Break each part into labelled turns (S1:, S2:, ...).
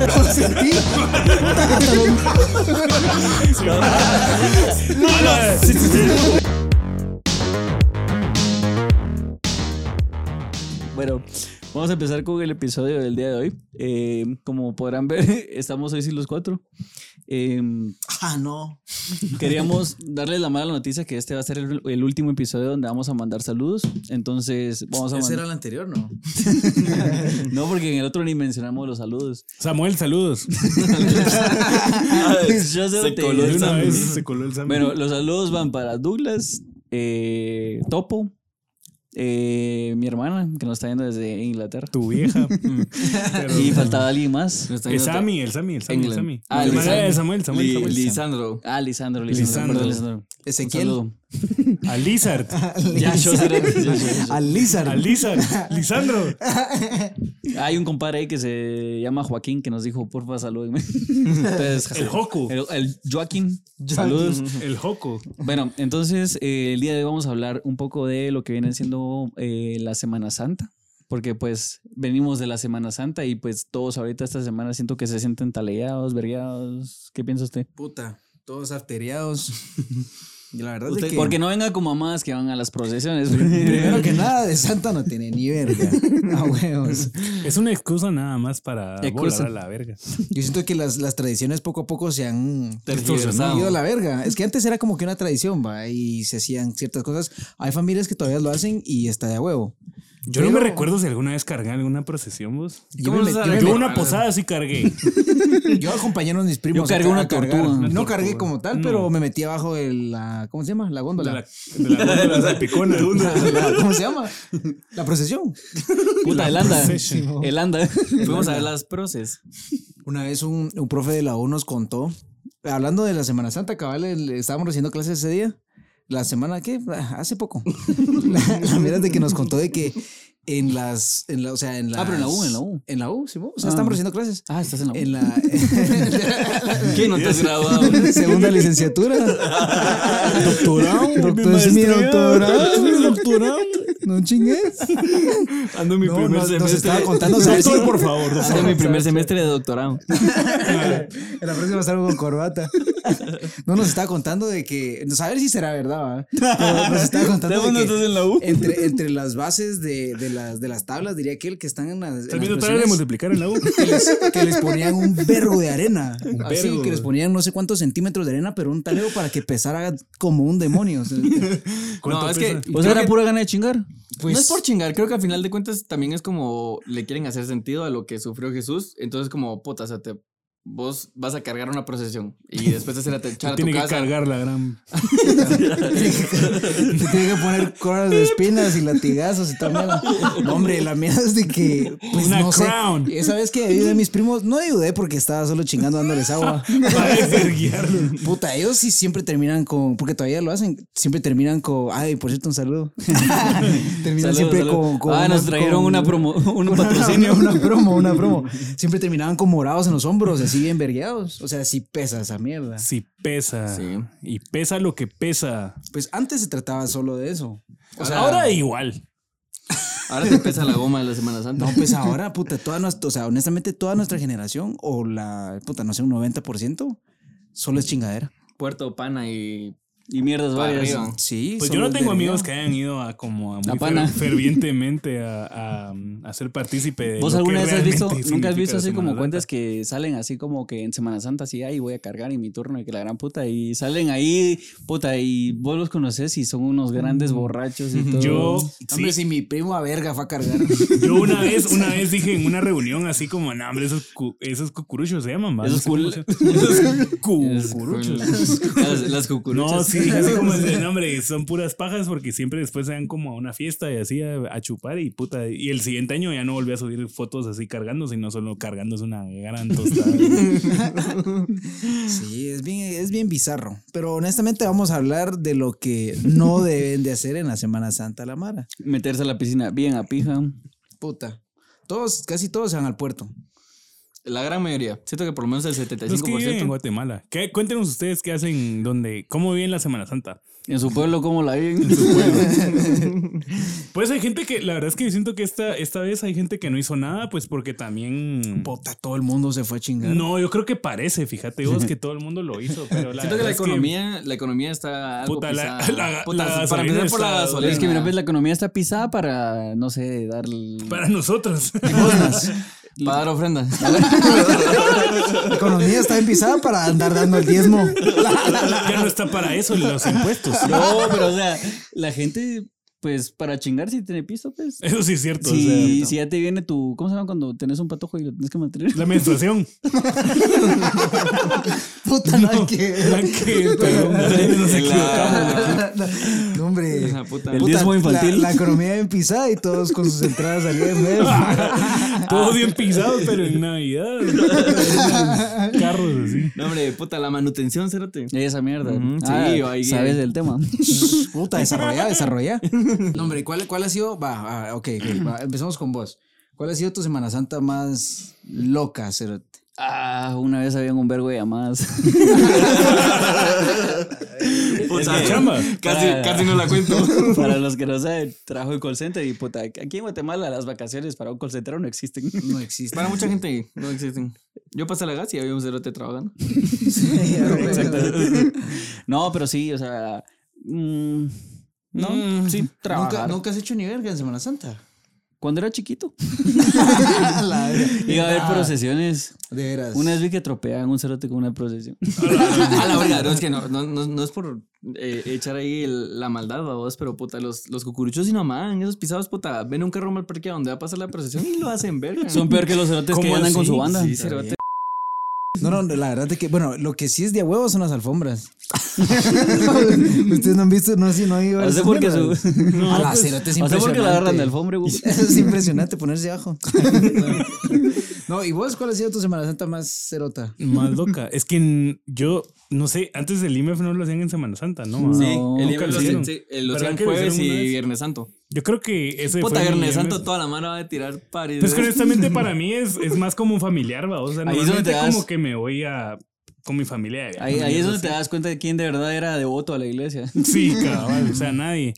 S1: Lo consentí. Hasta donde-
S2: Bueno, vamos a empezar con el episodio del día de hoy. Eh, como podrán ver, estamos hoy sí los cuatro. Eh,
S1: Ah, no.
S2: queríamos darles la mala noticia que este va a ser el, el último episodio donde vamos a mandar saludos. Entonces, vamos a
S1: Ese
S2: mandar.
S1: era el anterior, ¿no?
S2: No, porque en el otro ni mencionamos los saludos.
S3: Samuel, saludos.
S2: Yo sé
S4: se
S2: te-
S4: coló
S3: De
S4: el
S3: una
S4: Samuel.
S3: vez se coló el Samuel.
S2: Bueno, los saludos van para Douglas, eh, Topo, eh, mi hermana, que nos está viendo desde Inglaterra.
S3: tu vieja. Pero-
S2: Y faltaba alguien más.
S4: No está
S3: el
S4: en otra-
S3: Sammy, el Sammy, el Sammy, el
S4: England.
S3: Sammy.
S2: Ah,
S3: El
S2: Lisandro.
S3: Samuel, eh, Samuel, Samuel,
S4: Li-
S3: Samuel.
S4: Lisandro.
S2: Ah, Lisandro, Lisandro.
S3: Lisandro.
S2: perdón, Lisandro. Un
S1: Ezequiel.
S2: saludo.
S3: A Lizard.
S2: Ya, yo sí era- yo- yo-
S5: Al Lizard.
S3: A Lizard. Lisandro.
S2: yo- Hay un compadre ahí que se llama Joaquín que nos dijo, porfa, salúdenme. Entonces,
S3: El Joco.
S2: el, el Joaquín,
S5: Joaquín.
S2: saludos.
S3: El Joco.
S2: Bueno, entonces eh, el día de hoy vamos a hablar un poco de lo que viene siendo eh, la Semana Santa, porque pues venimos de la Semana Santa y pues todos ahorita esta semana siento que se sienten taleados, vergueados. ¿Qué piensa usted?
S5: Pues
S1: Puta. Todos arteriados. Y la verdad es
S2: Usted-
S1: que.
S2: Porque no venga como mamás que van a las procesiones.
S5: Primero que nada, de Santa no tiene ni verga. A huevos.
S3: Es una excusa nada más para
S2: Excusa.
S3: volar a la verga.
S5: Yo siento que las, las tradiciones poco a poco se han
S4: Tergiversado.
S5: ido a la verga. Es que antes era como que una tradición, va, y se hacían ciertas cosas. Hay familias que todavía lo hacen y está de a huevo.
S3: Yo no me recuerdo si alguna vez cargué alguna procesión vos.
S5: Yo,
S4: ¿Cómo
S5: me
S4: lo
S5: met- yo,
S4: sabes?
S3: Yo
S5: me
S3: una posada sí cargué.
S5: met- yo acompañé a unos de mis primos.
S2: Yo cargué
S5: a-
S2: una
S5: a cargar.
S2: tortuga. Una
S5: No
S3: tortuga.
S5: cargué como tal,
S3: No.
S5: pero me metí abajo de la. ¿Cómo se llama? La
S3: De
S5: góndola.
S3: la, de la góndola salpicona.
S5: La- la- ¿Cómo se llama? La procesión.
S2: Puta, el anda.
S3: procesión.
S2: El anda.
S4: Fuimos a ver las proces.
S5: Una vez un, un profe de la U nos contó, hablando de la Semana Santa, cabal, el- estábamos recibiendo clases ese día. La semana que hace poco. la, la mera de que nos contó de que en las. En la, o sea, en las-
S2: Ah, pero en la U, en la U.
S5: En la U, sí, vos. O
S2: Ah.
S5: sea, estamos recibiendo clases.
S2: Ah, estás en la...
S5: En la.
S4: ¿Qué? ¿No te has graduado?
S5: segunda licenciatura. doctorado.
S3: mi
S5: Doctor, es mi
S3: maestría.
S5: doctorado. mi doctorado. No chingues.
S4: Ando en mi
S5: No,
S4: primer
S5: nos, nos
S4: semestre.
S5: estaba contando sobre
S3: Doctor,
S5: eso.
S3: por favor,
S2: Este
S4: Ando en mi
S3: doctor.
S4: primer semestre de doctorado.
S5: En la próxima salgo con corbata. No nos estaba contando de que. no, A ver si será verdad, ¿va? Pero Nos estaba contando.
S2: ¿Dónde
S5: De
S2: estás
S5: que
S2: en la U?
S5: entre, entre las bases de, de las, de las tablas, diría aquel que están en las. en
S3: ¿Estás
S5: las
S3: viendo tarea de
S5: presiones,
S3: multiplicar en la U?
S5: que les, que les ponían un vergo de arena. Así
S3: vergo.
S5: que les ponían no sé cuántos centímetros de arena, pero un taleo para que pesara como un demonio. O sea,
S3: ¿Cuánto
S4: No, es
S3: pesa?
S4: que.
S2: O sea, era pura gana de chingar.
S4: no
S3: Pues
S4: es por chingar, creo que al final de cuentas también es como le quieren hacer sentido a lo que sufrió Jesús. Entonces, como, puta, o sea, te- vos vas a cargar una procesión y después te a echar a tu
S3: Tiene que
S4: casa.
S3: cargar la gran.
S5: Te tiene que poner coronas de espinas y latigazos y tal mierda. No, hombre, la mierda es de que. Pues
S3: Una
S5: no sé.
S3: crown.
S5: Esa vez que ayudé a mis primos, no ayudé porque estaba solo chingando dándoles agua.
S3: Para desverguiarlo.
S5: Puta, ellos sí siempre terminan con. Porque todavía lo hacen. Siempre terminan con. Ay, por cierto, un saludo. terminan
S2: Saludos,
S5: siempre
S2: saludos.
S5: Con, con
S2: Ah,
S5: una-
S2: nos trajeron
S5: con-
S2: una promo, un
S5: una-
S2: patrocinio.
S5: Una, promo, una promo. Siempre terminaban con morados en los hombros, así bien vergueados. O sea, sí pesa esa mierda.
S3: Sí pesa.
S4: Sí.
S3: Y pesa lo que pesa.
S5: Pues antes se trataba solo de eso.
S4: O sea,
S3: Ahora igual.
S4: Ahora te pesa la goma de la Semana Santa.
S5: No, pues ahora, puta, toda nuestra, o sea, honestamente, toda nuestra generación, o la, puta, no sé, un 90%, solo es chingadera.
S4: Puerto Pana y.
S2: Y mierdas
S4: Para
S2: varias.
S4: arriba.
S5: Sí.
S3: Pues yo
S5: solo
S3: no
S5: es
S3: tengo
S5: vergueo.
S3: amigos que hayan ido a como a muy
S2: La
S3: fer-
S2: pana.
S3: fervientemente a, a, a ser partícipe de
S2: ¿Vos
S3: lo que
S2: alguna vez has visto,
S3: realmente
S2: nunca has
S3: significa
S2: visto
S3: la
S2: así
S3: Semana
S2: como
S3: Santa?
S2: cuentas que salen así como que en Semana Santa así, ay, voy a cargar y mi turno y que la gran puta y salen ahí, puta, y vos los conoces y son unos grandes
S4: Mm.
S2: borrachos y todo.
S3: Yo,
S5: Hombre,
S3: sí,
S5: si mi primo a verga fue a cargar.
S3: yo una vez, una vez dije en una reunión así como, no, hombre, esos, cu- esos cucuruchos se llaman, ¿va?
S2: Esos
S3: No sé cómo se-
S2: Es-
S3: esos cu-
S4: Las, las cucuruchas.
S3: No, sí, dije así como, no, hombre, son puras pajas porque siempre después se dan como a una fiesta y así a, a chupar y puta. Y el siguiente año ya no volví a subir fotos así cargando, sino solo cargándose una gran tostada.
S5: Sí, es bien, es bien bizarro. Pero honestamente vamos a hablar de lo que no deben de hacer en la Semana Santa la Mara.
S2: Meterse a la piscina bien a pija.
S5: Puta. Todos, casi todos se van al puerto.
S4: La gran mayoría. Siento que por lo menos el
S3: Los que viven en
S4: 75%.
S3: Guatemala. ¿Qué, cuéntenos ustedes qué hacen, donde, cómo viven la Semana Santa.
S2: En su pueblo, ¿cómo la viven?
S3: Pues hay gente que, la verdad es que yo siento que esta, esta vez hay gente que no hizo nada, pues porque también.
S5: Puta, todo el mundo se fue a chingar.
S3: No, yo creo que parece, fíjate vos, que todo el mundo lo hizo. Pero la
S4: Siento
S3: verdad
S4: que la
S3: es
S4: economía, la economía está algo
S3: Puta, la-
S4: pisada.
S3: la-
S4: Puta,
S3: la
S4: para
S3: gasolina
S4: empezar por la
S3: está-
S4: gasolina.
S2: es que mira, pues la economía está pisada para, no sé, dar...
S3: Para nosotros.
S4: Para dar ofrenda.
S5: La economía está empezada para andar dando el diezmo.
S3: ya no está para eso los impuestos.
S2: No, pero o sea, la gente, pues para chingar si tiene piso, pues.
S3: Eso sí es cierto. Eh, o
S2: Si,
S3: sea,
S2: si ya te viene tu... ¿Cómo se llama cuando tenés un patojo y lo tenés que mantener?
S3: la menstruación.
S5: Puta, no, hay que.
S3: La que- perdón, nos equivocamos.
S5: No, hombre.
S4: La puta.
S2: El diezmo infantil.
S5: La, la economía empezada y todos con sus entradas al IMF.
S3: Todo bien pisado, pero en Navidad. Carros así.
S4: No, hombre, puta, la manutención, cérate.
S2: Esa mierda.
S4: Ujú,
S2: Ah,
S4: sí, ahí-
S2: sabes del tema.
S5: Puta, desarrolla, desarrolla. No, hombre, ¿cuál, cuál ha sido? Va, ah, ok, ok, va, empezamos con vos. ¿Cuál ha sido tu Semana Santa más loca, Cerote?
S2: Ah, una vez habían un vergo de llamadas.
S4: Puta,
S3: chamba.
S4: Casi,
S2: Para-
S4: casi no la cuento.
S2: para los que no saben, trabajo en call center y puta, aquí en Guatemala las vacaciones para un call center no existen.
S5: No existe.
S4: Para mucha gente no existen. Yo pasé la gas y había un cerote trabajando.
S2: No, pero sí, o sea, mm, no,
S4: Mm,
S2: sí,
S5: ¿Nunca,
S2: trabajar.
S5: nunca has hecho ni verga en Semana Santa.
S2: Cuando era chiquito,
S5: La verga. Ah,
S2: iba a haber procesiones.
S5: De veras.
S2: Una vez vi que atropellaban un cerote con una procesión.
S4: A la verga, no es que no, no, no, no es por eh, echar ahí el- la maldad, babos, pero puta, los, los cucuruchos y nomás, esos pisados, puta, ven un carro mal parqueado donde va a pasar la procesión y lo hacen verga.
S2: Son peor que los cerotes que
S3: ¿Cómo
S2: andan con
S3: así?
S2: su banda.
S4: Sí, cerote.
S5: No, no, la verdad es que, bueno, lo que sí es de a huevo son las alfombras. Ustedes no han visto, no, sí, no han ido a
S2: O sea,
S5: esas
S2: porque
S5: mierdas.
S2: su- pues,
S5: A la Cerote es
S2: O sea, porque la agarran
S5: impresionante.
S2: de alfombre, güey.
S5: Eso es impresionante ponerse abajo. no, ¿y vos cuál ha sido tu Semana Santa más cerota?
S3: Más loca. Es que n- yo, no sé, antes del IMEF no lo hacían en Semana Santa, ¿no? Ah,
S2: Sí.
S4: Sí,
S2: No,
S4: el
S3: nunca
S4: IMF
S3: lo
S4: lo
S3: hicieron.
S4: hacen, sí, eh, lo
S3: ¿Verdad
S4: hacían
S3: que lo hicieron
S4: jueves
S3: una
S4: y
S3: vez?
S4: Viernes Santo.
S3: Yo creo que ese
S4: Puta,
S3: fue mi E IMEF.
S4: Viernes Santo, toda la mano va a tirar pares.
S3: Pues que honestamente para mí es, es más como un familiar, va. O sea,
S2: Ahí es donde te
S3: normalmente
S2: das-
S3: como que me voy a con mi familia. a-
S2: Ahí, ahí es donde te das cuenta de quién de verdad era devoto a la iglesia.
S3: Sí, cabrón. O sea, nadie.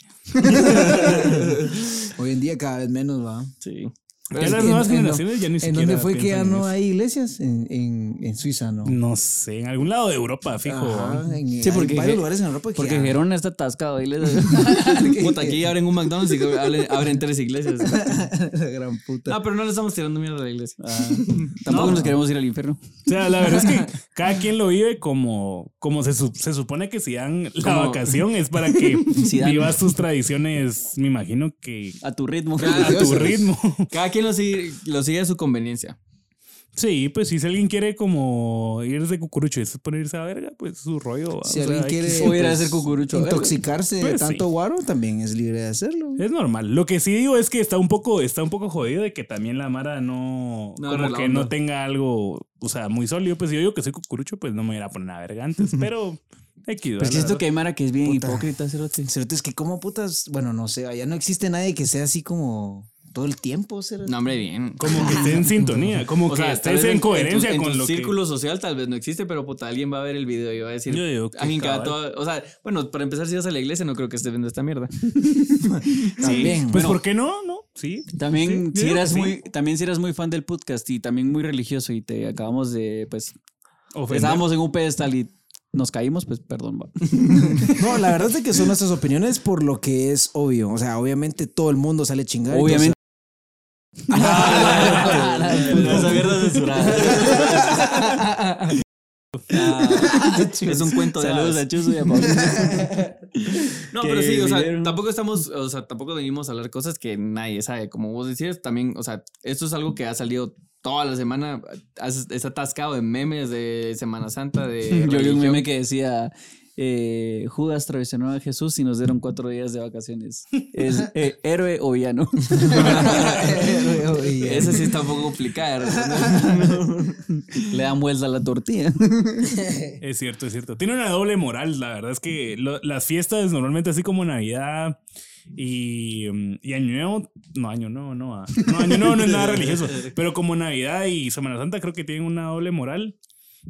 S5: Hoy en día cada vez menos, va.
S2: Sí.
S3: Ya
S5: Es que
S3: las
S5: en-
S3: nuevas
S5: en lo-
S3: generaciones ya ni
S5: ¿En
S3: siquiera.
S5: dónde fue que
S3: piensan
S5: ya
S3: en
S5: no
S3: eso.
S5: hay iglesias? En, en, en Suiza, ¿no?
S3: No sé, en algún lado de Europa, fijo.
S5: Ajá, en,
S2: Sí, porque
S5: hay varios
S2: Je-
S5: lugares en Europa que
S2: Porque
S5: ya-
S2: Gerona está atascado. Ahí les...
S4: Puta, aquí abren un McDonald's y abren, abren tres iglesias.
S5: la gran puta.
S4: No, pero no le estamos tirando mierda a la iglesia.
S2: Ah, Tampoco nos queremos ir al infierno.
S3: O sea, la verdad es que cada quien lo vive como, como se, su- se supone que si dan la
S4: Como-
S3: vacación es para que
S2: Si dan-
S3: vivas tus tradiciones, me imagino que
S2: A tu ritmo.
S3: a tu ritmo.
S4: Cada quien lo sigue, lo sigue a su conveniencia.
S3: Sí, pues si alguien quiere como irse de cucurucho y es ponerse a verga, pues su rollo. va.
S5: Si
S3: O sea,
S5: alguien
S3: hay
S5: quiere pues,
S3: que-
S2: o ir a hacer cucurucho,
S5: ¿eh?
S2: a ver,
S5: intoxicarse de
S3: Pues sí.
S5: tanto guaro, también es libre de hacerlo.
S3: Es normal. Lo que sí digo es que está un poco, está un poco jodido de que también la Mara no,
S4: No,
S3: como
S4: no,
S3: que
S4: no.
S3: no tenga algo, o sea, muy sólido. Pues yo digo que soy cucurucho, pues no me voy a ir a poner a verga antes, pero X,
S2: Pues
S3: ¿verdad?
S2: que siento que hay Mara que es bien
S5: Puta.
S2: hipócrita, cerote.
S5: Cierto es que como putas, bueno, no sé, allá no existe nadie que sea así como todo el tiempo, cerote.
S4: No, hombre, bien.
S3: Como que esté en sintonía, como
S4: O
S3: que
S4: sea, tal
S3: estés
S4: vez
S3: en
S4: tu-
S3: coherencia
S4: tu- en
S3: con
S4: tu
S3: lo
S4: círculo social tal vez no existe, pero puta, alguien va a ver el video y va a decir,
S3: Yo digo que
S4: alguien que va
S3: cabal.
S4: todo- o sea, bueno, para empezar si vas a la iglesia no creo que estés viendo esta mierda.
S5: También.
S3: que. Pues, ¿por qué no? No, sí. Sí, yo
S2: También, si
S3: digo
S2: eras
S3: que sí.
S2: muy, también si eras muy fan del podcast y también muy religioso y te acabamos de, pues,
S3: Ofender.
S2: estábamos en un pedestal y nos caímos, pues perdón. va.
S5: No, la verdad es que son nuestras opiniones por lo que es obvio. O sea, obviamente todo el mundo sale chingado.
S2: Obviamente.
S4: Esa mierda censurada. es un cuento de
S2: Saludos
S4: hadas.
S2: a Chuzo y a Pablo.
S4: No,
S2: que
S4: pero sí, o sea,
S2: vinieron.
S4: tampoco estamos, o sea, tampoco venimos a hablar cosas que nadie sabe. Como vos decías, también, o sea, esto es algo que ha salido toda la semana. has- Está atascado de memes de Semana Santa, de.
S2: Yo vi un
S4: religión.
S2: meme que decía. eh, Judas traicionó a Jesús y nos dieron cuatro días de vacaciones. ¿Es eh, héroe o villano?
S5: eh,
S4: Ese sí está un poco complicado. ¿no?
S2: Le dan vuelta a la tortilla.
S3: Es cierto, es cierto. Tiene una doble moral, la verdad es que lo- las fiestas normalmente así como Navidad y, mm, y Año Nuevo, no, Año Nuevo, no, ah. no Año Nuevo no es nada religioso, pero como Navidad y Semana Santa creo que tienen una doble moral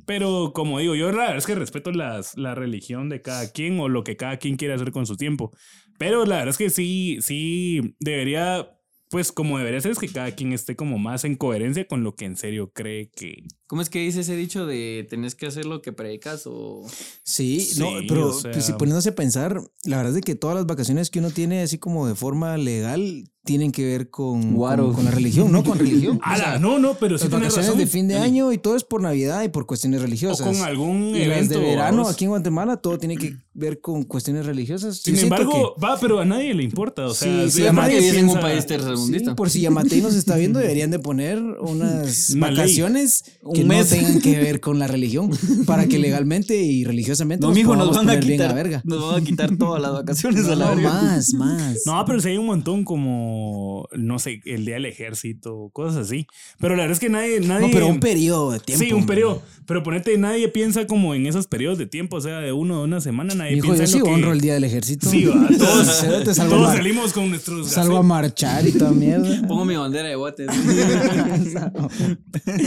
S3: Pero como digo, yo la verdad es que respeto las, la religión de cada quien o lo que cada quien quiere hacer con su tiempo. Pero la verdad es que sí, sí, debería, pues como debería ser, es que cada quien esté como más en coherencia con lo que en serio cree que...
S4: ¿Cómo es que dice ese dicho de tenés que hacer lo que predicas o
S5: Sí, no,
S3: Sí,
S5: pero
S3: o sea-
S5: pues, si poniéndose a pensar, la verdad es de que todas las vacaciones que uno tiene, así como de forma legal, tienen que ver con,
S2: Guaro.
S5: con, con la religión, no con religión. O sea,
S3: ¡Hala! No, no, pero sí
S5: las
S3: tienes
S5: vacaciones
S3: razón.
S5: de fin de año y todo es por Navidad y por cuestiones
S3: o
S5: religiosas.
S3: con algún
S5: y las
S3: evento.
S5: de verano
S3: vamos.
S5: aquí en Guatemala, todo tiene que ver con cuestiones religiosas. Yo
S3: Sin
S5: siento
S3: embargo, va, pero a nadie le importa. O sea,
S5: Sí, sí,
S3: si
S5: a
S3: la
S5: nadie
S3: gente
S5: vive
S4: en un
S3: piensa-
S4: país
S5: que,
S4: tercermundista?
S5: sí, por si Yamatei nos está viendo, deberían de poner unas
S3: Una ley.
S5: vacaciones que
S2: Un
S5: no
S2: mes.
S5: tengan que ver con la religión para que legalmente y religiosamente
S2: No,
S5: nos,
S2: mijo, nos
S5: podamos
S2: van a
S5: poner bien
S2: quitar.
S5: la verga.
S2: Nos van a quitar todas las vacaciones a
S5: No,
S2: la verga.
S5: más, más.
S3: No, pero sí hay un montón como, no sé, el día del ejército, cosas así. Pero la verdad es que nadie... nadie
S5: No, pero un periodo de tiempo.
S3: sí, un periodo. Pero ponete, nadie piensa como en esos periodos de tiempo, o sea, de uno o una semana, nadie
S5: Hijo,
S3: Eh,
S5: yo
S3: piensa en
S5: sí
S3: lo que-
S5: honro el día del ejército.
S3: Sí, va, todos,
S5: Cerote, salgo,
S3: todos
S5: a, mar-
S3: salimos con nuestros
S5: salgo a
S3: gaseos.
S5: marchar y toda mierda.
S4: pongo mi bandera de guates?
S5: O sea, a ver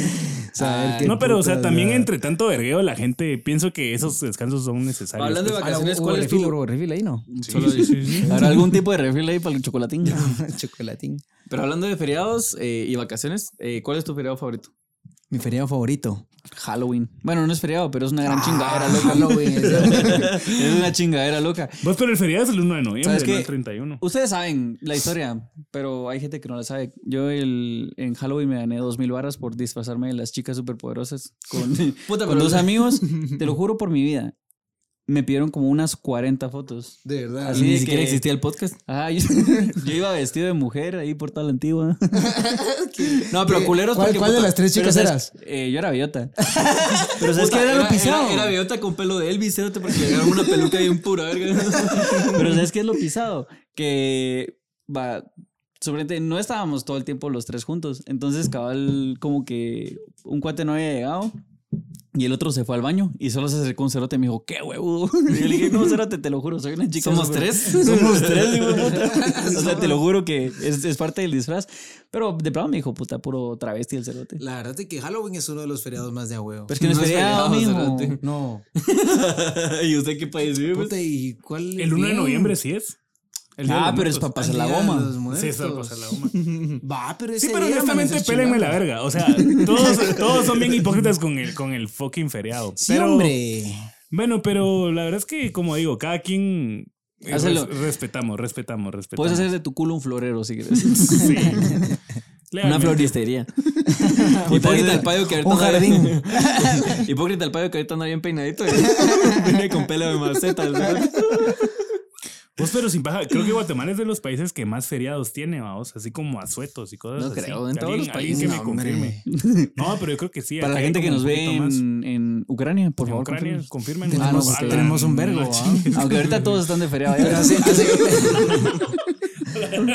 S4: Ah,
S5: qué
S3: No, pero o sea,
S5: putas,
S3: también
S5: ¿verdad?
S3: entre tanto vergueo, la gente pienso que esos descansos son necesarios.
S4: Hablando de
S3: pues.
S4: vacaciones,
S5: Ah,
S4: ¿cuál es
S5: refil,
S4: tu...?
S5: o refil ahí, ¿no?
S4: Solo-
S2: ¿Habrá algún tipo de refil ahí para el chocolatín?
S5: Chocolatín.
S4: Pero hablando de feriados eh, y vacaciones, eh, ¿cuál es tu feriado favorito?
S5: Mi feriado favorito.
S2: Halloween. Bueno, no es feriado, pero es una gran chingadera
S5: Ah,
S2: loca.
S5: Halloween.
S2: es una chingadera loca.
S3: Vos, pero el feriado es el 1 de noviembre,
S2: ¿Sabes
S3: no
S2: qué?
S3: el
S4: Mm.
S3: 31.
S2: Ustedes saben la historia, pero hay gente que no la sabe. Yo el, en Halloween me gané dos mil barras por disfrazarme de las chicas superpoderosas con,
S4: Puta,
S2: con
S4: pero-
S2: dos amigos. Te lo juro por mi vida. Me pidieron como unas 40 fotos.
S5: De verdad.
S2: Así de
S4: Y ni
S2: Ah,
S4: siquiera
S2: que-
S4: existía el podcast.
S2: Ah, yo, yo iba vestido de mujer ahí por toda la antigua.
S4: No, pero
S5: ¿Qué?
S4: culeros
S5: ¿Cuál-
S4: porque,
S5: cuál de
S4: puta,
S5: las tres
S2: Pero
S5: chicas
S2: sabes-
S5: eras?
S2: eh, yo era biota. Pero sabes que
S4: puta,
S2: era lo pisado.
S4: Era, era Beota con pelo de Elvis, cérate, porque le dieron una peluca bien pura, verga.
S2: Pero ¿sabes qué es lo pisado? Que va. Sobre no estábamos todo el tiempo los tres juntos. Entonces, cabal, como que un cuate no había llegado y el otro se fue al baño y solo se acercó un cerote y me dijo, qué huevudo. Y yo le dije, no, cerote, te lo juro, soy una chica.
S4: ¿Somos
S2: súper-
S4: tres?
S2: Somos tres, digo, puta. O sea, te lo juro que es, es parte del disfraz. Pero de plano me dijo, puta, puro travesti el cerote.
S5: La verdad es que Halloween es uno de los feriados más de a huevo.
S2: Pero es que no es
S4: No es
S2: feriado,
S4: feriado,
S2: mijo.
S4: cerote.
S5: No.
S4: ¿Y usted qué país vive? pues?
S5: Puta, ¿y cuál?
S3: El 1 de
S5: día?
S3: noviembre sí es. El Día de
S2: Ah,
S3: los
S2: pero es para
S3: Muertos.
S2: pasar la
S5: El Día de
S2: goma.
S5: los
S3: Sí, es para
S5: Muertos.
S3: pasar la goma.
S5: Va, pero ese
S3: Sí, pero
S5: día
S3: honestamente,
S5: amaneces
S3: pélenme la
S5: chingando.
S3: verga. O sea, todos, todos son bien hipócritas con el, con el fucking feriado.
S5: Sí,
S3: pero,
S5: hombre.
S3: Bueno, pero la verdad es que, como digo, cada quien. eh,
S2: Hazlo.
S3: res- respetamos, respetamos, respetamos.
S2: Puedes hacer de tu culo un florero si quieres.
S3: Sí.
S4: Una
S3: Legalmente.
S4: floristería. Hipócrita el payo que ahorita
S5: Un
S4: anda
S5: jardín.
S4: bien- Hipócrita el payo que ahorita anda bien peinadito. y- Viene con pelo de maceta. el cerote.
S3: Vos, pero sin paja, creo que Guatemala es de los países que más feriados tiene, vamos, así como asuetos y cosas
S4: No
S3: así.
S4: creo, en todos
S3: Alguien-
S4: los
S3: alguien
S4: países,
S3: que me confirme. No, pero yo creo que sí.
S2: Para la
S3: acá hay
S2: gente que
S3: como
S2: nos
S3: un
S2: ve
S3: poquito más.
S2: en, en Ucrania, por
S3: En
S2: favor.
S3: Ucrania,
S2: confirmen.
S3: confirmen.
S5: Tenemos,
S2: Ah, no, porque-
S5: tenemos un vergo.
S3: La
S5: ¿ah?
S2: Aunque ahorita todos están de feriado.
S5: Pero
S2: ya.
S5: hace-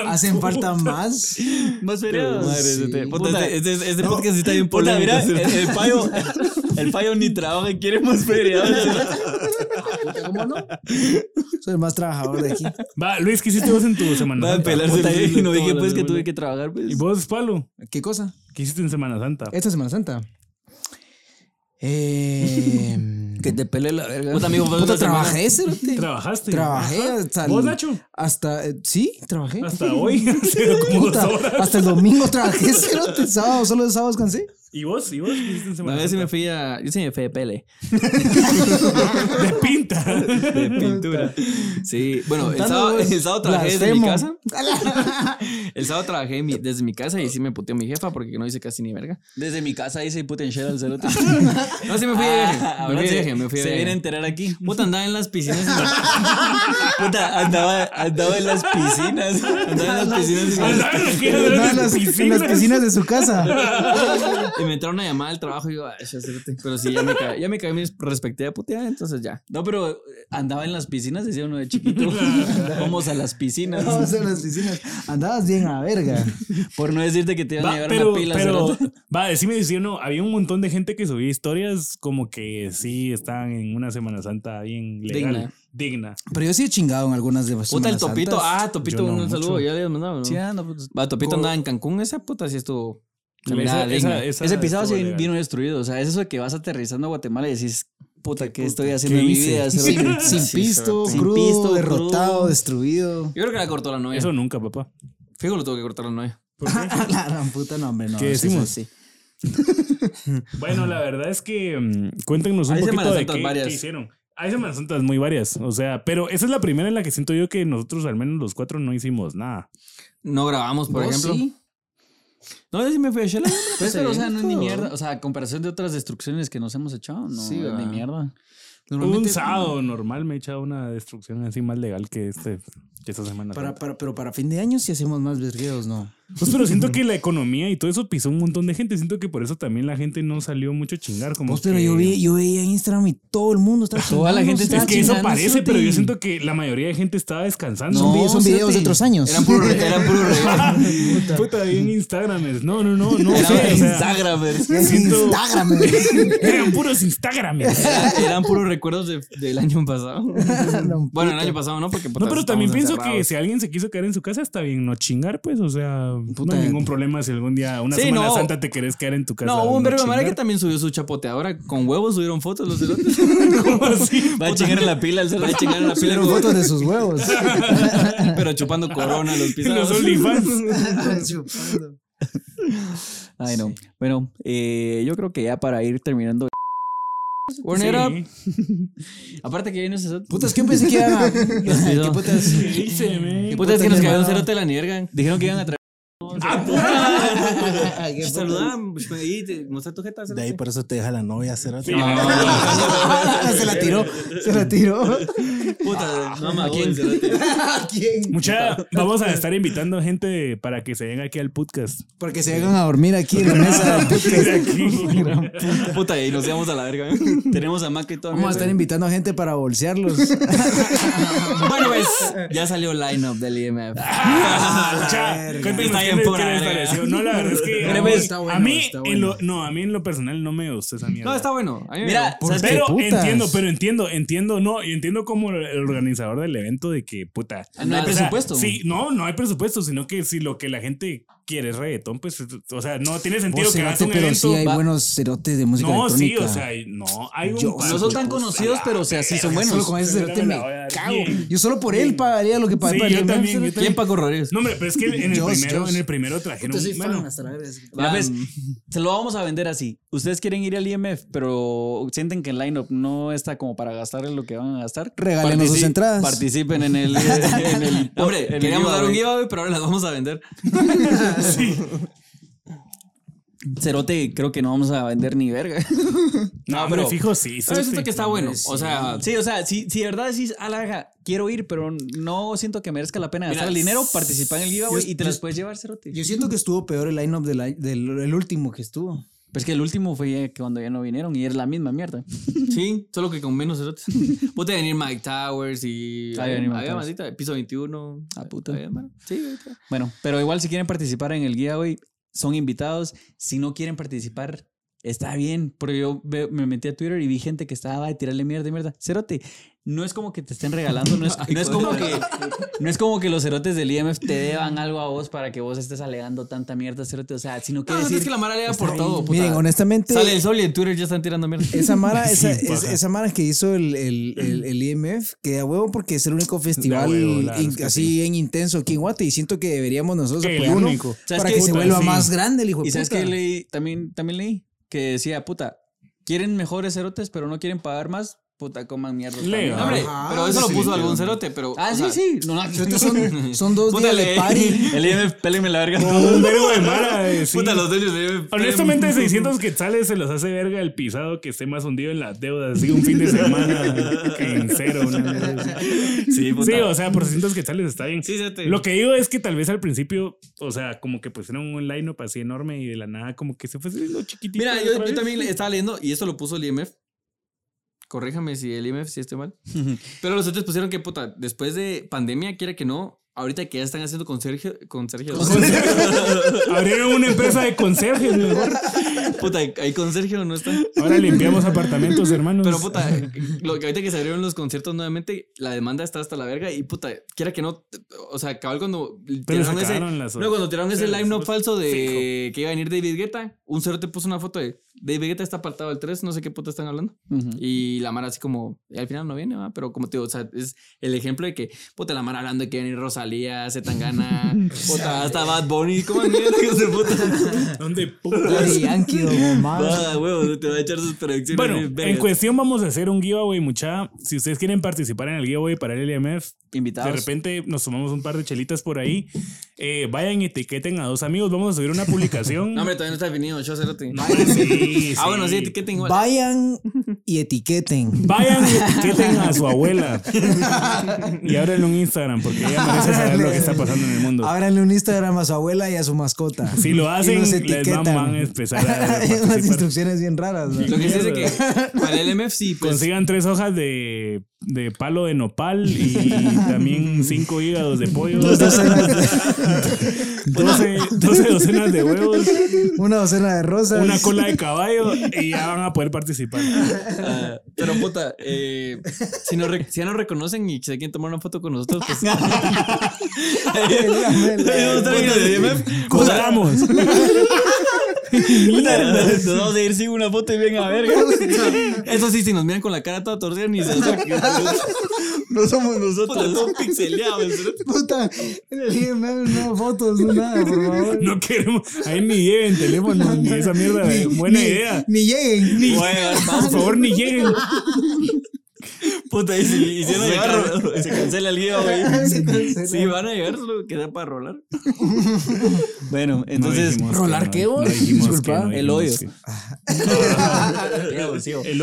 S5: hace- hacen falta más.
S2: Más feriados.
S5: Madre,
S2: Sí.
S5: este-
S4: Puta,
S2: Puta,
S4: este, este- este podcast sí está bien
S2: puta,
S4: polémico.
S2: mira, el,
S4: cerote.
S2: el payo, el payo ni trabaja y quiere más feriados.
S5: ¿Cómo no? Soy el más trabajador de aquí.
S3: Va, Luis, ¿qué hiciste vos en tu Semana
S4: Va a
S3: Santa?
S4: pelarse
S2: Puta,
S4: el
S2: y no dije
S4: toda la
S2: pues que
S4: semana.
S2: tuve que trabajar. Pues.
S3: ¿Y vos, Pablo?
S5: ¿Qué cosa?
S3: ¿Qué hiciste en Semana Santa?
S5: Esta Semana Santa. Eh,
S2: Que te pele la verga.
S4: Puta, amigo, fue
S5: puta,
S4: una semana-
S5: trabajé, cerote.
S3: ¿Trabajaste?
S5: Trabajé hasta el-
S3: ¿Vos, Nacho?
S5: Hasta, eh, sí, trabajé.
S3: Hasta hoy. han sido como dos
S5: Puta,
S3: horas.
S5: hasta el domingo trabajé, cerote. El sábado, solo el sábado descansé.
S3: ¿Y vos? ¿Y vos? ¿Qué hiciste en
S4: A
S3: Semana
S4: ver si
S3: Santa?
S4: me fui a. Yo sí me fui de pele.
S3: De pinta.
S4: De pintura. Sí, bueno, el
S5: Contando
S4: sábado,
S5: vos.
S4: el sábado trabajé desde mi
S5: Blasfemo.
S4: casa. El sábado trabajé mi- desde mi casa y sí me puteó mi jefa porque no hice casi ni verga.
S2: Desde mi casa dice puta en shell al cerote. Ah,
S4: No, sí me fui de viaje. Me fui de viaje, me fui de
S2: Se
S4: viaje.
S2: viene a enterar aquí.
S4: Puta, andaba en las piscinas.
S2: Puta, andaba, andaba en las piscinas.
S4: Andaba en las piscinas.
S3: Ah,
S4: y-
S3: no, no quiero ver
S5: Andaba en
S3: las
S5: las- en
S3: piscinas.
S5: las piscinas de su casa.
S4: Y me entraron a llamar al trabajo y yo, "Ay, ya, espérate". pero sí, ya me caí, ya me caí mi respectiva puteada, entonces ya.
S2: No, pero eh, andaba en las piscinas, decía uno de chiquito. Vamos a las piscinas.
S5: Vamos a las piscinas. Andabas bien a verga.
S2: Por no decirte que te iban a
S3: Va,
S2: llevar
S3: pero,
S2: una pila.
S3: pero
S2: cerote.
S3: va, decime si no, había un montón de gente que subía historias como que sí estaban en una Semana Santa bien legal, digna.
S5: Pero yo sí he chingado en algunas de las
S4: Puta, el
S5: Semanas
S4: Topito,
S5: Santas.
S4: ah, Topito,
S3: Yo no
S4: un saludo,
S3: mucho.
S4: ya le mandaba, ¿no?
S2: Sí, ah, no, pues,
S4: Va, Topito andaba en Cancún, esa puta sí estuvo.
S2: Mira,
S3: Esa-
S2: digna.
S3: esa- esa
S2: ese pisado
S3: estuvo
S2: sí
S3: legal.
S2: vino destruido. O sea, es eso de que vas aterrizando a Guatemala y decís, puta, ¿qué, estoy haciendo
S3: ¿qué
S2: en mi
S3: hice?
S2: vida?
S5: Sin, sin
S4: Sí,
S5: pisto,
S2: sin
S5: crudo,
S2: pisto,
S5: derrotado,
S2: crudo.
S5: destruido.
S4: Yo creo que la cortó la novia.
S3: Eso nunca, papá.
S4: Fijo, lo tuvo que cortar la novia.
S5: la gran puta, Ah, no, hombre, no.
S3: ¿Qué
S5: eso
S3: decimos?
S5: sí.
S3: Bueno, la verdad es que mm, cuéntenos un
S4: Hay
S3: poquito de
S4: Semanas Santas
S3: qué,
S4: varias.
S3: qué hicieron. Hay Semanas Santas muy varias, o sea, pero esa es la primera en la que siento yo que nosotros, al menos los cuatro, no hicimos nada.
S4: No grabamos, por
S5: ¿Vos
S4: ejemplo.
S5: sí?
S4: No, yo sí me fui a Shela.
S2: Pues, pero, o sea, no es ni mierda. O sea, a comparación de otras destrucciones que nos hemos echado, no
S4: Sí,
S2: es ni
S4: ¿verdad?
S2: mierda.
S3: Un sábado normal me he echado una destrucción así más legal que, este, que esta semana.
S5: Para,
S3: Santa.
S5: para- pero para fin de año sí hacemos más vergueos, ¿no?
S3: Pues, pero siento que la economía y todo eso pisó un montón de gente. Siento que por eso también la gente no salió mucho a chingar. Como
S5: Pues, pero
S3: que-
S5: yo, vi, yo veía Instagram y todo el mundo estaba
S2: Toda la gente
S5: está
S3: Es que eso
S2: chingando,
S3: parece,
S2: cerote.
S3: pero yo siento que la mayoría de gente estaba descansando.
S5: Son,
S2: No,
S5: vi- son videos
S2: cerote.
S5: de otros años.
S4: Eran puro, re- eran puro re-
S3: Puta, bien Instagrames. No, no, no, no.
S4: eran
S3: sé, o sea,
S4: Instagramers.
S5: Es
S3: siento-
S5: Instagram.
S3: Eran puros Instagrames.
S4: Eran- Eran puros recuerdos de- del año pasado.
S5: Don
S4: Bueno, el año pasado no, porque
S3: No, pero también pienso que
S4: sí.
S3: si alguien se quiso quedar en su casa, está bien no chingar, pues. O sea,
S5: Puta.
S3: no hay ningún problema si algún día, una
S4: Sí,
S3: Semana
S4: no.
S3: Santa, te querés quedar en tu casa.
S4: No, hubo un verbo de
S3: chingar.
S4: madre que también subió su chapoteadora. Con huevos subieron fotos los cerotes.
S3: ¿Cómo así?
S2: Va a chingar en la pila, el
S4: Va a chingar en la pila,
S5: Pero fotos de sus huevos.
S4: pero chupando corona los pisados.
S3: Los OnlyFans.
S5: Chupando.
S2: Ay, no. Bueno, eh, yo creo que ya para ir terminando.
S4: Warn it up.
S3: Sí.
S2: Aparte que viene ese.
S5: Putas, ¿qué pensé que eran? ¿Qué putas?
S3: ¿Qué hice, men?
S4: Puta, es
S5: Puta, mi
S4: que nos cayó un
S5: hermano.
S4: cerote de la nierga.
S2: Dijeron que iban a traer.
S5: Ah, ¿Qué putas?
S4: Saludamos. Y te mostré pues, tu jeta.
S6: De ahí
S4: cerote.
S6: por eso te deja la novia, cerote.
S5: Se la tiró. Se la tiró.
S2: Ah,
S4: Puta, no mames. ¿Quién? cerote.
S5: ¿A quién?
S3: Mucha, vamos a estar invitando gente para que se venga aquí al podcast.
S5: Porque se llegan a dormir aquí en la mesa del podcast.
S3: Aquí.
S4: Puta, y nos íbamos a la verga.
S2: ¿eh? Tenemos a Maca y todo.
S5: Vamos a estar invitando a gente para bolsearlos.
S4: bueno, pues, ya salió el lineup del IMF.
S3: Mucha,
S5: verga.
S3: cuéntenos
S4: Ah, Está
S3: qué
S4: bien
S3: les-
S4: pura
S3: qué les
S4: verga.
S3: pareció. No, la verdad es que
S5: No,
S3: a mí,
S5: está bueno,
S3: a mí
S5: está
S3: en
S5: bueno.
S3: lo, no, a mí en lo personal no me gusta esa mierda.
S4: No, está bueno. A mí me
S2: Mira,
S4: gustó.
S2: ¿sabes qué?
S3: Pero
S5: putas.
S3: entiendo, pero entiendo, entiendo, no, y entiendo como el- el organizador del evento de que, puta.
S4: Ah, No hay
S3: o sea,
S4: presupuesto.
S3: Sí, no, no hay presupuesto, sino que si lo que la gente quiere es reggaetón, pues, o sea, no tiene sentido
S5: Vos,
S3: que hagas
S5: cerote,
S3: un
S5: pero
S3: evento.
S5: sí hay
S2: va-
S5: buenos cerotes de música
S3: no, sí,
S5: electrónica.
S3: o sea, no, hay un
S5: Yo-
S3: par-
S2: No son tan conocidos, pero o sea, sí son buenos.
S5: Solo con ese cerote
S3: Me
S5: me
S3: la voy a dar
S5: cago.
S3: bien.
S5: Yo solo por él pagaría lo que
S3: Sí,
S5: pagaría.
S3: yo
S5: el
S3: también,
S5: Amsterdam.
S3: yo
S4: ¿Quién
S3: también.
S4: Paco Rodríguez?
S3: No, hombre, pero es que en el
S5: Yo-
S3: primero,
S5: yo-
S3: en el primero trajeron.
S5: Puta, soy fan
S3: bueno,
S5: hasta la verga.
S2: Ya ves,
S4: Van.
S2: se lo vamos a vender así. Ustedes quieren ir al IMF, pero sienten que el lineup no está como para gastar en lo que van a gastar.
S5: Regálenos
S2: Partici-
S5: sus entradas.
S2: Participen en el. en el-
S4: Hombre,
S2: en el
S4: queríamos dar un
S2: giveaway.
S4: giveaway, pero ahora las vamos a vender.
S2: Cerote, creo que no vamos a vender ni verga.
S3: No, hombre, fijo, sí.
S4: Pero yo siento
S3: sí.
S4: que está bueno. O sea,
S2: Sí, o sea, si, si de verdad decís, a la verga, quiero ir, pero no siento que merezca la pena
S4: Mira,
S2: gastar el dinero, participa en el giveaway
S5: yo-
S2: y te
S5: yo-
S2: las puedes llevar, Cerote.
S5: Yo siento que estuvo peor el line-up del, del- el último que estuvo.
S2: Pero es Pues que el último fue ya que cuando ya no vinieron y es la misma mierda.
S4: Sí, solo que con menos cerotes. Puta venir Mike Towers y.
S2: Ah, ya venía Mike
S4: Había
S2: Towers.
S4: masita, piso 21.
S2: Ah, puta.
S4: Había, mano. Sí, ahí está.
S2: Bueno, pero igual si quieren participar en el giveaway, son invitados. Si no quieren participar, está bien. Porque yo ve- me metí a Twitter y vi gente que estaba de tirarle mierda y mierda. Cerote, no es como que te estén regalando, no es, no es como que no es como que los cerotes del IMF te deban algo a vos para que vos estés alegando tanta mierda, cerote. O sea, si no
S4: No,
S2: quieres
S4: Ah, es
S2: ir-
S4: que la mara le da por todo. puta.
S5: Miren, honestamente,
S4: Sale el sol y en Twitter ya están tirando mierda.
S5: esa mara, esa,
S3: Sí,
S5: es-
S3: paja.
S5: esa mara que hizo el, el, el, el IMF, que a huevo porque es el único festival
S3: huevo, la verdad
S5: in-
S3: es que
S5: así en intenso aquí en Guate y siento que deberíamos nosotros
S3: El
S5: apoyarlo
S3: único.
S2: ¿Sabes
S5: para
S2: qué?
S5: que se
S3: Puta,
S5: vuelva
S3: sí.
S5: más grande el hijo de
S2: Y sabes
S5: puta.
S2: que leí, también, también leí que decía, puta, quieren mejores cerotes, pero no quieren pagar más, puta, coman mierda.
S3: Leo.
S2: también".
S4: Hombre,
S5: Ajá,
S4: pero eso lo
S5: sí,
S4: puso
S5: sí,
S4: algún cerote, pero.
S2: Ah,
S4: o
S2: sí,
S4: sea,
S2: sí. No, no,
S5: Estos son, son dos días de party.
S2: El IMF, pélenme la verga.
S3: Un vergo de mala. eh, sí.
S4: Puta, los dueños de.
S3: Honestamente, 600 quetzales se los hace verga el pisado que esté más hundido en las deudas. Así un fin de semana que en cero. una mierda así.
S4: Sí, puta.
S3: Sí, o sea, por 600 quetzales está bien.
S4: Sí, cerote.
S3: Lo que digo es que tal vez al principio, o sea, como que pues era un line-up así enorme y de la nada como que se fue haciendo chiquitito.
S4: Mira, yo,
S3: otra
S4: yo
S3: vez.
S4: también le- estaba leyendo y esto lo puso el IMF. Corríjame si el IMF, si estoy mal. Pero los otros pusieron que, puta, después de pandemia, quiera que no, ahorita que ya están haciendo con Sergio. Con Sergio.
S3: Abrieron una empresa de conserjes, mejor.
S4: Puta, ahí con Sergio no está.
S3: Ahora limpiamos apartamentos, hermanos.
S4: Pero puta, lo que ahorita que se abrieron los conciertos nuevamente, la demanda está hasta la verga y puta, quiera que no, o sea, cabal cuando tiraron ese,
S3: sacaron las-
S4: no, cuando tiraron ese
S3: las-
S4: live no falso de
S3: Fijo.
S4: que iba a venir David Guetta, un cero te puso una foto de David Guetta está apartado del 3, no sé qué puta están hablando. Y la Mara así como, y al final no viene, ¿va? pero como te digo, o sea, es el ejemplo de que, puta, la Mara hablando de que viene Rosalía, Zetangana, puta, hasta Bad Bunny, ¿cómo han ido, hijos de puta?
S3: ¿Dónde
S5: Daddy Yankee, Don Omar.
S4: Ah, huevo, te va a echar sus predicciones.
S3: Bueno,
S4: bien
S3: en
S4: vergas.
S3: cuestión vamos a hacer un giveaway, mucha. Si ustedes quieren participar en el giveaway para el LMF, de
S2: Invitados.
S3: repente nos tomamos un par de chelitas por ahí. Eh, vayan y etiqueten a dos amigos. Vamos a subir una publicación.
S4: No, hombre, todavía no está definido, yo cerote.
S3: No, hombre, sí,
S4: Ah, bueno, sí, ¿qué tengo?
S5: Vayan y etiqueten.
S3: Vayan y etiqueten a su abuela. Y abren un Instagram porque ella merece saber lo que está pasando en el mundo.
S5: Ábranle un Instagram a su abuela y a su mascota.
S3: Si lo
S5: Ah, Y
S3: hacen,
S5: los
S3: les
S5: etiquetan.
S3: van- van a empezar a
S5: Hay unas
S3: participar.
S5: instrucciones bien raras. ¿no?
S4: Lo que sí es de que para el MFC, pues,
S3: Consigan tres hojas de, de palo de nopal y también cinco hígados de pollo.
S5: Dos docenas
S3: 12, 12 docenas de huevos,
S5: Una docena de rosas.
S3: una cola de caballo y ya van a poder participar.
S4: ah, pero puta, eh, si, nos re- si ya nos reconocen y se quieren tomar una foto con nosotros, pues.
S3: Cobramos.
S4: Nos vamos a ir sin una foto y bien a verga. Eso sí, si nos miran con la cara toda torcida, ni se acerquen.
S5: No somos
S4: Puta,
S5: nosotros.
S4: todo pixeleado.
S5: Puta, en el IML no fotos, no nada, por favor.
S3: No queremos. Ahí ni lleven teléfono, ni esa mierda. Buena
S5: Ni-
S3: idea.
S5: Ni lleguen. Ni
S3: Por favor, ni lleguen.
S4: Puta, y si hicieron
S2: Se
S4: llegar, se cancela el guía,
S5: Se cancela.
S4: güey. Sí, van a llegar, solo queda para rolar.
S2: Bueno, entonces,
S5: ¿rolar qué, vos? Disculpa.
S2: El odio.
S3: El odio.
S4: El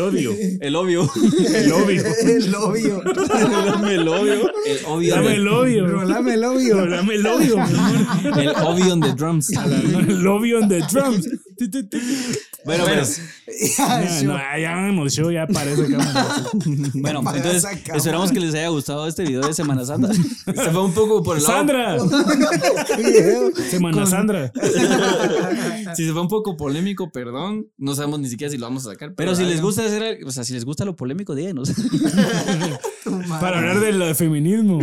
S4: obvio.
S3: El odio.
S5: el obvio.
S4: el obvio. El obvio.
S3: Dame el odio.
S5: Rolame el obvio.
S3: Dame el odio. mi amor.
S4: El obvio on the drums.
S3: El odio on the drums. Tu, tu, tu.
S4: Bueno, bueno.
S2: pues,
S3: Ya, no, ya hagamos show, ya parece cámara.
S2: bueno,
S5: Para
S2: entonces
S5: esa cámara.
S2: esperamos que les haya gustado este video de Semana Santa.
S4: Se fue un poco por el lado.
S3: Sandra.
S5: Video.
S3: Semana Sandra.
S4: Si se fue un poco polémico, perdón. No sabemos ni siquiera si lo vamos a sacar.
S2: Pero si les gusta hacer, o sea, si les gusta lo polémico, díganos.
S3: Para hablar de lo de feminismo.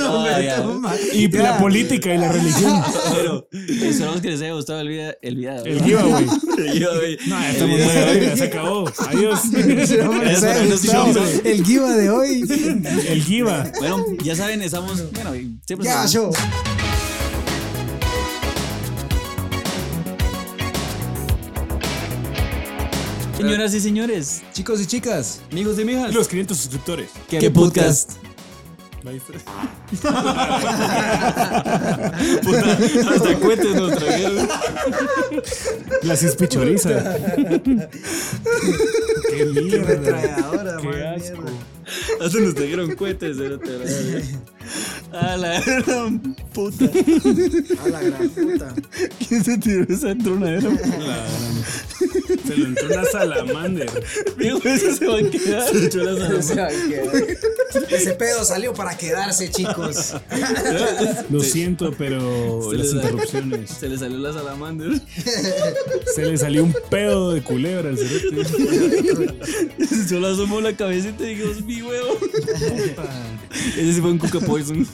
S2: Ah, ya.
S3: Y la política y la religión.
S2: Pero esperamos que les haya gustado el video. El video.
S3: El giveaway.
S4: güey.
S3: No, ya estamos muy arriba, se acabó. Adiós.
S5: Les ha gustado El guiva de hoy.
S3: El giva.
S2: Bueno, ya saben, estamos. Bueno, siempre
S5: Ya,
S2: estamos-
S5: yo.
S2: Señoras y señores,
S5: Chicos y chicas,
S4: Amigos y mijas.
S3: Los 500 suscriptores.
S2: ¿qué,
S4: Hasta cuentes nos trajeron.
S3: Las espichoriza. Qué mierda.
S5: Ahora,
S3: Qué asco.
S4: Hasta nos trajeron cuentes. pero te la verga. A la gran puta.
S5: A la gran puta.
S4: ¿Quién se tiró esa tronadera?
S3: Se lo entró una salamander.
S4: Digo, eso se va a quedar. Se echó la salsa.
S5: Ese pedo salió para quedarse, chicos.
S3: Lo siento, pero las interrupciones.
S4: Se le salió la salamander.
S3: Se le salió un pedo de culebra al cerote.
S4: Yo la asomó la cabecita y digo, mi huevo. Ese sí fue un Cuca Poison.